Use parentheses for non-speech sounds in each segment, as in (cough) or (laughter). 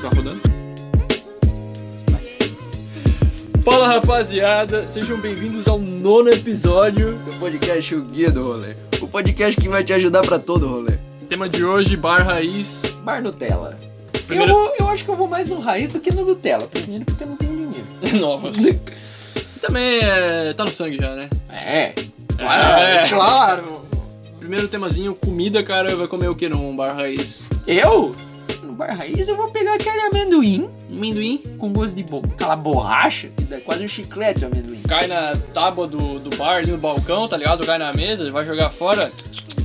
tá Fala rapaziada, sejam bem-vindos ao nono episódio. do podcast é O Guia do Rolê. O podcast que vai te ajudar pra todo rolê. Tema de hoje, bar raiz. (laughs) Bar Nutella. Primeiro- Eu, vou- eu acho que eu vou mais no raiz do que no Nutella. Primeiro porque eu não tenho dinheiro. Novas. Também é. tá no sangue já, né? É. É. claro. Primeiro temazinho, comida, cara, vai comer o que num bar raiz? Eu? No bar raiz eu vou pegar aquele amendoim Amendoim. com gosto de bo... aquela borracha que dá quase um chiclete o amendoim. Cai na tábua do, do bar ali no balcão, tá ligado? Cai na mesa, vai jogar fora,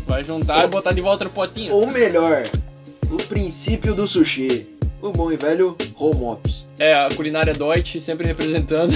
vai juntar e botar de volta no potinho. Ou melhor, o princípio do sushi. O bom e velho home ops. É, a culinária Deutsche sempre (laughs) representando.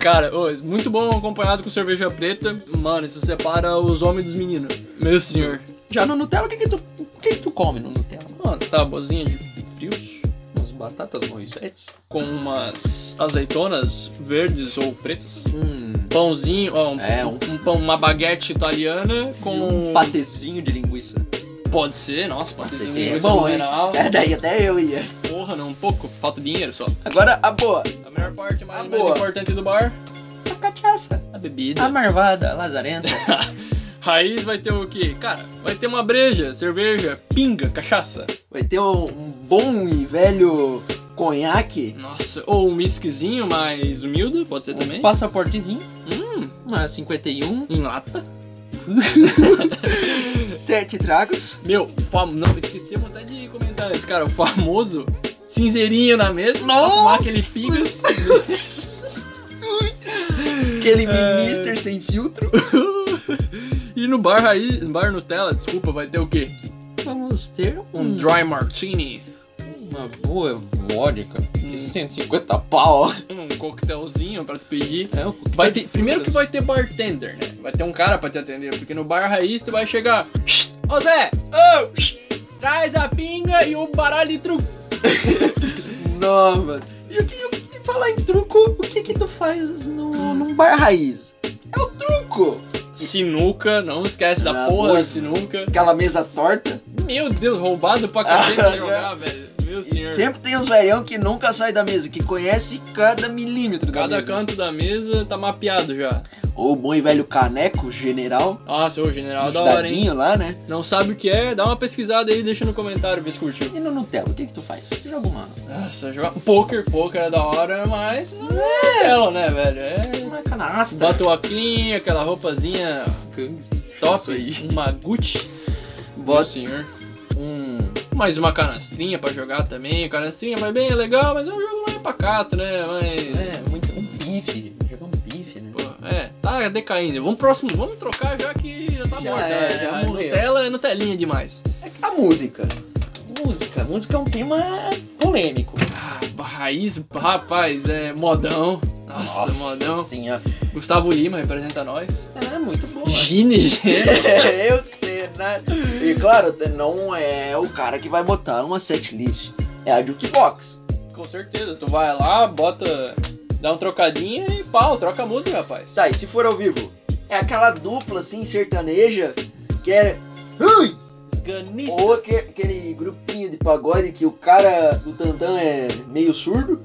Cara, ô, muito bom acompanhado com cerveja preta. Mano, isso separa os homens dos meninos. Meu senhor. Já no Nutella, o que que tu, o que que tu come no Nutella? Uma tabuazinha tá, de frios Umas batatas moisés? com umas azeitonas verdes ou pretas. Hum, Pãozinho, ó, um, É, um- um pão, uma baguete italiana com. um patezinho de linguiça. Pode ser, nossa, pode ser. Patezinho é linguiça bom, hein? fenomenal. É, daí até eu ia. né? Porra, não, um pouco. Falta dinheiro só. Agora, a boa. A melhor parte mais, Ah, mais boa. importante do bar, A cachaça. a bebida. A marvada, a lazarenta. Raiz vai ter o quê? Cara, vai ter uma breja, cerveja, pinga, cachaça. Vai ter um, um bom e velho conhaque. Nossa, ou um whiskyzinho mais humilde, pode ser também. Um passaportezinho. Hum, Uma 51. em lata. Sete tragos. Meu, fam... não, esqueci até de comentar isso, cara. O famoso cinzeirinho na mesa. Pra fumar Nossa! aquele pingas. Aquele É. minister sem filtro. (laughs) e no bar raiz, no bar Nutella, desculpa, vai ter o quê? Vamos ter um, Um dry martini. uma boa vodka. Hum. Que 150 pau. Um coquetelzinho pra tu pedir. É, o Vai ter, primeiro que vai ter bartender, né? Vai ter um cara pra te atender, porque no bar raiz tu vai chegar. Ô Zé, Ah! ô, traz a pinga e o baralho de truco. Nova. E o que e falar em truco, o que que tu faz no, num bar raiz? É o truco! Sinuca, não esquece da Ah, porra da pois. sinuca. Aquela mesa torta. Meu Deus, roubado pra cacete Ah, (laughs) de jogar, velho. Meu senhor. Sempre tem os velhão que nunca sai da mesa, que conhece cada milímetro da Cada mesa. canto da mesa tá mapeado já. Ou o bom e velho caneco, general. Ah, seu general os da hora, hein? dadinho lá, né? Não sabe o que é? Dá uma pesquisada aí, deixa no comentário, vê se curtiu. E no Nutella, o que que tu faz? Tu joga uma, Nossa, jogar poker, poker é da hora, mas não é ela, né, velho? É uma canastra. Bota o óculinho, aquela roupazinha top, Isso aí. uma Gucci. Meu Bota senhor. um... Mais uma canastrinha pra jogar também. Canastrinha vai bem, é legal, mas é um jogo mais pacato, né? Mas. É, muito... Um bife. Jogar um bife, né? Pô, é, tá decaindo. Vamos próximo, vamos trocar já que já tá Já morta. é, né? já A morreu. Nutella é Nutelinha demais. A música. Música. Música é um tema polêmico. Ah, raiz, rapaz, é modão. Nossa, modão. senhora. Gustavo Lima representa nós. um É muito boa. Gine, Gene. É, (laughs) eu sei, né? E claro, não é o cara que vai botar uma setlist. É a jukebox. Com certeza, tu vai lá, bota, dá um trocadinho e pau, troca a música, rapaz. Tá, e se for ao vivo? É aquela dupla assim, sertaneja, que é. Ui! Esganice. Ou aque- aquele grupinho de pagode que o cara do Tantan é meio (laughs) surdo.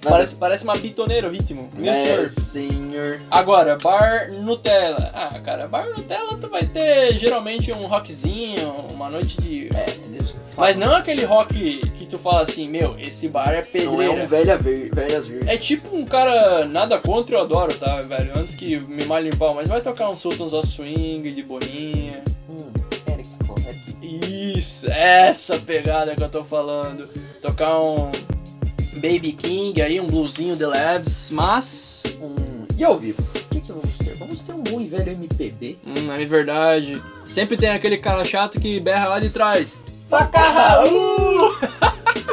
Parece, parece uma bitoneira o ritmo. Meu senhor. É, senhor. Agora, bar Nutella. Ah, cara, bar Nutella tu vai ter geralmente um rockzinho, uma noite de É, eles Mas não aquele rock que tu fala assim, meu, esse bar é não é pedreira. um velha ver, velhas verdes. é, tipo um cara nada contra, eu adoro, tá, velho? Antes que me malhe em pau, mas vai tocar um Sultans of Swing de boninha. Hum, Eric, correto. Isso, essa pegada que eu tô falando. Tocar um Baby King aí, um bluesinho The Leves, mas. Hum, e ao vivo? O que, que vamos ter? Vamos ter um bom e velho MPB. Hum, é verdade. Sempre tem aquele cara chato que berra lá de trás. Tacarraú! (laughs)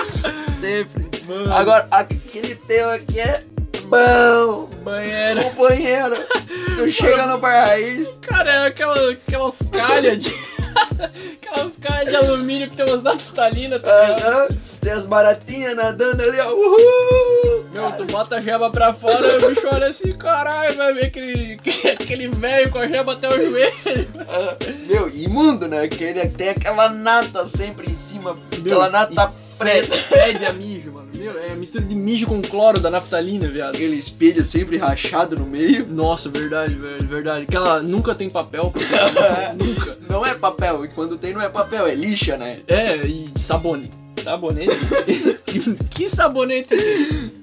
Sempre. Mano, Agora, aquele teu aqui é bom, banheiro. (laughs) companheiro. Tu chega no bar raiz, Cara, é aquela, aquelas calhas de. (laughs) aquelas calhas de alumínio que tem umas naftalinas, tá ligado? aham, tem as baratinhas nadando ali, ó. Uhul! Meu, tu bota a jeba pra fora e o bicho olha assim, caralho, vai ver aquele, (laughs) aquele velho com a jeba até o joelho. Ah, meu, imundo, né? Que ele tem aquela nata sempre em cima, aquela Deus, nata preta. Fede a mijo, mano. entendeu? É mistura de mijo com cloro da naftalina, viado. Aquele espelho sempre rachado no meio. Nossa, verdade, velho, verdade. Que ela nunca tem papel. porque- nunca. Não é papel, e quando tem não é papel, é lixa, né? É, e sabone. Sabonete? (laughs) que sabonete?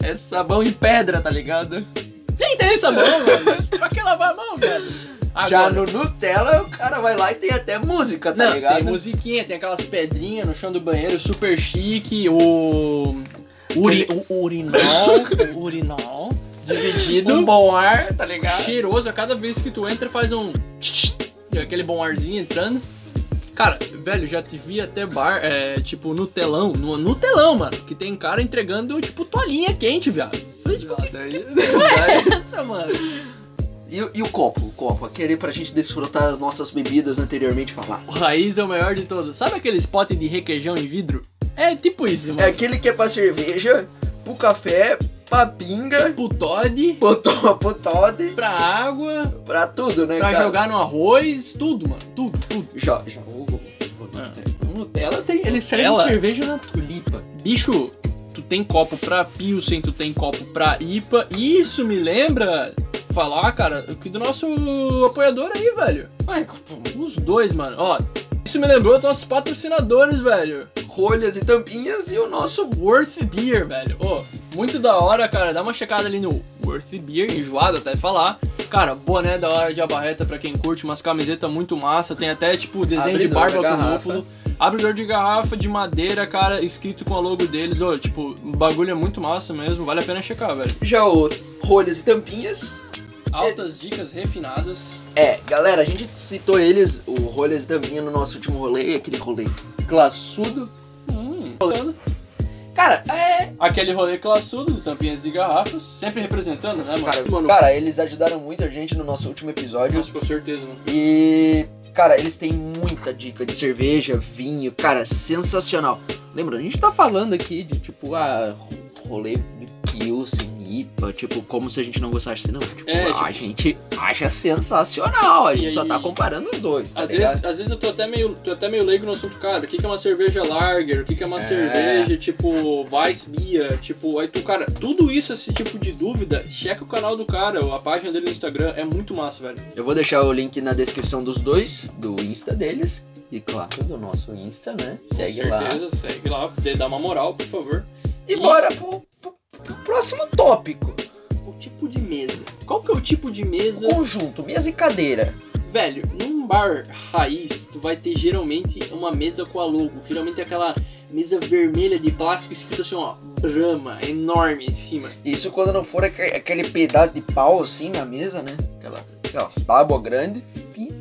É sabão em pedra, tá ligado? Nem tem sabão, velho. Pra que lavar a mão, velho? Já no Nutella, o cara vai lá e tem até música, tá Não, ligado? tem musiquinha, tem aquelas pedrinhas no chão do banheiro, super chique, o. Uri, o urinol. o (laughs) urinol. Dividido. Um bom ar, tá ligado? cheiroso. A cada vez que tu entra, faz um. tch, tch, e Aquele bom arzinho entrando. Cara, velho, já te vi até bar, é, tipo, no telão, no, no telão, mano, que tem cara entregando, tipo, toalhinha quente, viado. Falei, tipo, que Daí- porra é essa, mano? E, e o copo, o copo, aquele pra gente desfrutar as nossas bebidas anteriormente e falar. O "Hum, Raiz é o maior de todos. Sabe aquele spot de requeijão em vidro? É tipo isso, É mano. aquele que é pra cerveja, pro café, pra pinga, Pro Tipo Todd, pro, to, pro Todd, pra água, pra tudo, né, pra cara? jogar no arroz, tudo, mano. Tudo, tudo. Já, já, o, o- o- o Nutella tem, ele serve Ah. Nutella? cerveja na tulipa. Bicho, tu tem copo pra Pilsen, tu tem copo pra IPA. E Isso me lembra falar, cara, que do nosso apoiador aí, velho. Ué, Os dois, mano. Ó, isso me lembrou dos nossos patrocinadores, velho. rolhas e tampinhas e o nosso... Worth Beer, velho. Ô, muito da hora, cara. Dá uma checada ali no Worth Beer, enjoado até falar. Cara, boné da hora de abarreta pra quem curte, umas camisetas muito massa. Tem até, tipo, desenho de Abridor barba da com garrafa. lúpulo. Abridor de garrafa de madeira, cara, escrito com a logo deles. Ô, tipo, o bagulho é muito massa mesmo. Vale a pena checar, velho. Já o rolhas e tampinhas. Altas dicas refinadas. É, galera, a gente citou eles, o rolhas e tampinha no nosso último rolê, aquele rolê classudo. Hum. Cara, é... Aquele rolê classudo, do tampinhas de garrafas. Sempre representando, né, mano? Cara, cara, eles ajudaram muito a gente no nosso último episódio. Nossa, com certeza, mano. E, cara, eles têm muita dica de cerveja, vinho, cara, sensacional. Lembra, a gente tá falando aqui de tipo, ah, ro- rolê de Pilsen, IPA, tipo, como se a gente não gostasse, não. Tipo, É, tipo- ah, a gente acha sensacional, a gente E só tá aí- comparando os dois, tá Às ligado? vezes, às vezes eu tô até, meio, tô até meio leigo no assunto, cara. O que, que é uma cerveja lager? O que, que é uma É. cerveja tipo Vice Bia? Tipo, aí tu, cara, tudo isso, esse tipo de dúvida, checa o canal do cara, ou a página dele no Instagram, é muito massa, velho. Eu vou deixar o link na descrição dos dois, do Insta deles. E claro, do nosso Insta, né? Segue Com lá. certeza, segue lá, dê- dá uma moral, por favor. E bora pro, pro- pro próximo tópico. O tipo de mesa. Qual que é o tipo de mesa? Conjunto, mesa e cadeira. Velho, num bar raiz, tu vai ter geralmente uma mesa com a logo. Geralmente é aquela mesa vermelha de plástico escrito assim, ó, Brahma, enorme em cima. Isso quando não for aque- aquele pedaço de pau assim na mesa, né? Aquela, aquelas tábua grande, fina.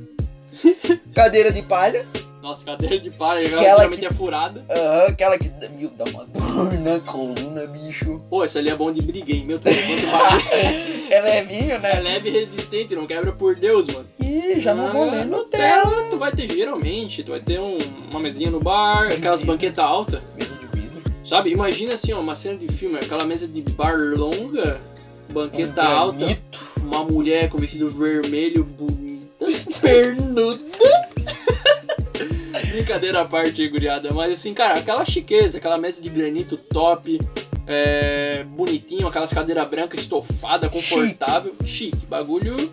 (laughs) Cadeira de palha, Nossa, cadeira de palha Aquela geralmente que- é furada. aham, aquela que dá- meu, dá uma dor na coluna, (laughs) bicho. Pô, essa ali é bom de briga, hein? Meu, tu levanta o bagulho. Ela é vinho, (laughs) É né? leve e resistente, não quebra por Deus, mano. Ih, já não Ah, vou ler Nutella. Nutella, Tu vai ter, geralmente, tu vai ter um- uma mesinha no bar, né? aquelas banquetas altas. Mesa de vidro. Sabe, imagina assim, ó, uma cena de filme, aquela mesa de bar longa, banqueta Um tá alta, granito. uma mulher com vestido vermelho, bonita, pernuda. Brincadeira à parte, guriada. Mas assim, cara, aquela chiqueza, aquela mesa de granito top, é, bonitinho, aquelas cadeiras brancas estofadas, confortável, chique. Bagulho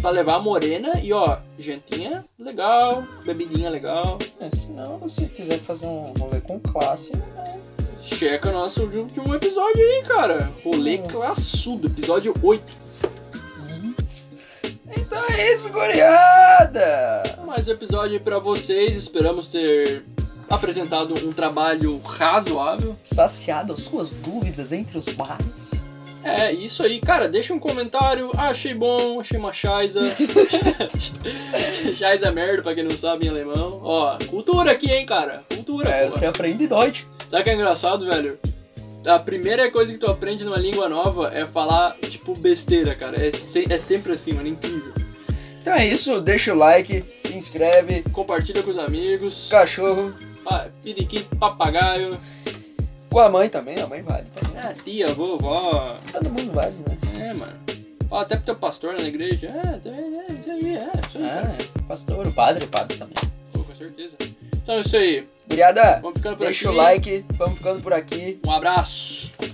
pra levar a morena e ó, jantinha legal, bebidinha legal. É, se não, se quiser fazer um rolê com classe, né? Checa nosso de um episódio aí, cara. Rolê classudo, episódio 8. Então é isso, goreada! Mais um episódio aí pra vocês. Esperamos ter apresentado um trabalho razoável. Saciado as suas dúvidas entre os bares. É, isso aí. Cara, deixa um comentário. Ah, achei bom, achei uma chaisa. (laughs) chaisa é merda, pra quem não sabe em alemão. Ó, cultura aqui, hein, cara. Cultura, É, pô. você aprende Deutsch. Sabe o que é engraçado, velho? A primeira coisa que tu aprende numa língua nova é falar, tipo, besteira, cara. É, se- é sempre assim, mano. Incrível. Então é isso, deixa o like, se inscreve, Compartilha com os amigos. cachorro, Pa- Periquito, papagaio. com a mãe também, a mãe vale. também. É, tia, vovó. Todo mundo vale, né? É, mano. Fala até pro teu pastor na igreja. É, também, é, isso aí, é, isso aí. Ah, pastor, o padre, padre também. Pô, com certeza. Então é isso aí. Obrigada. Vamos ficando por Deixa aqui. o like, vamos ficando por aqui. Um abraço.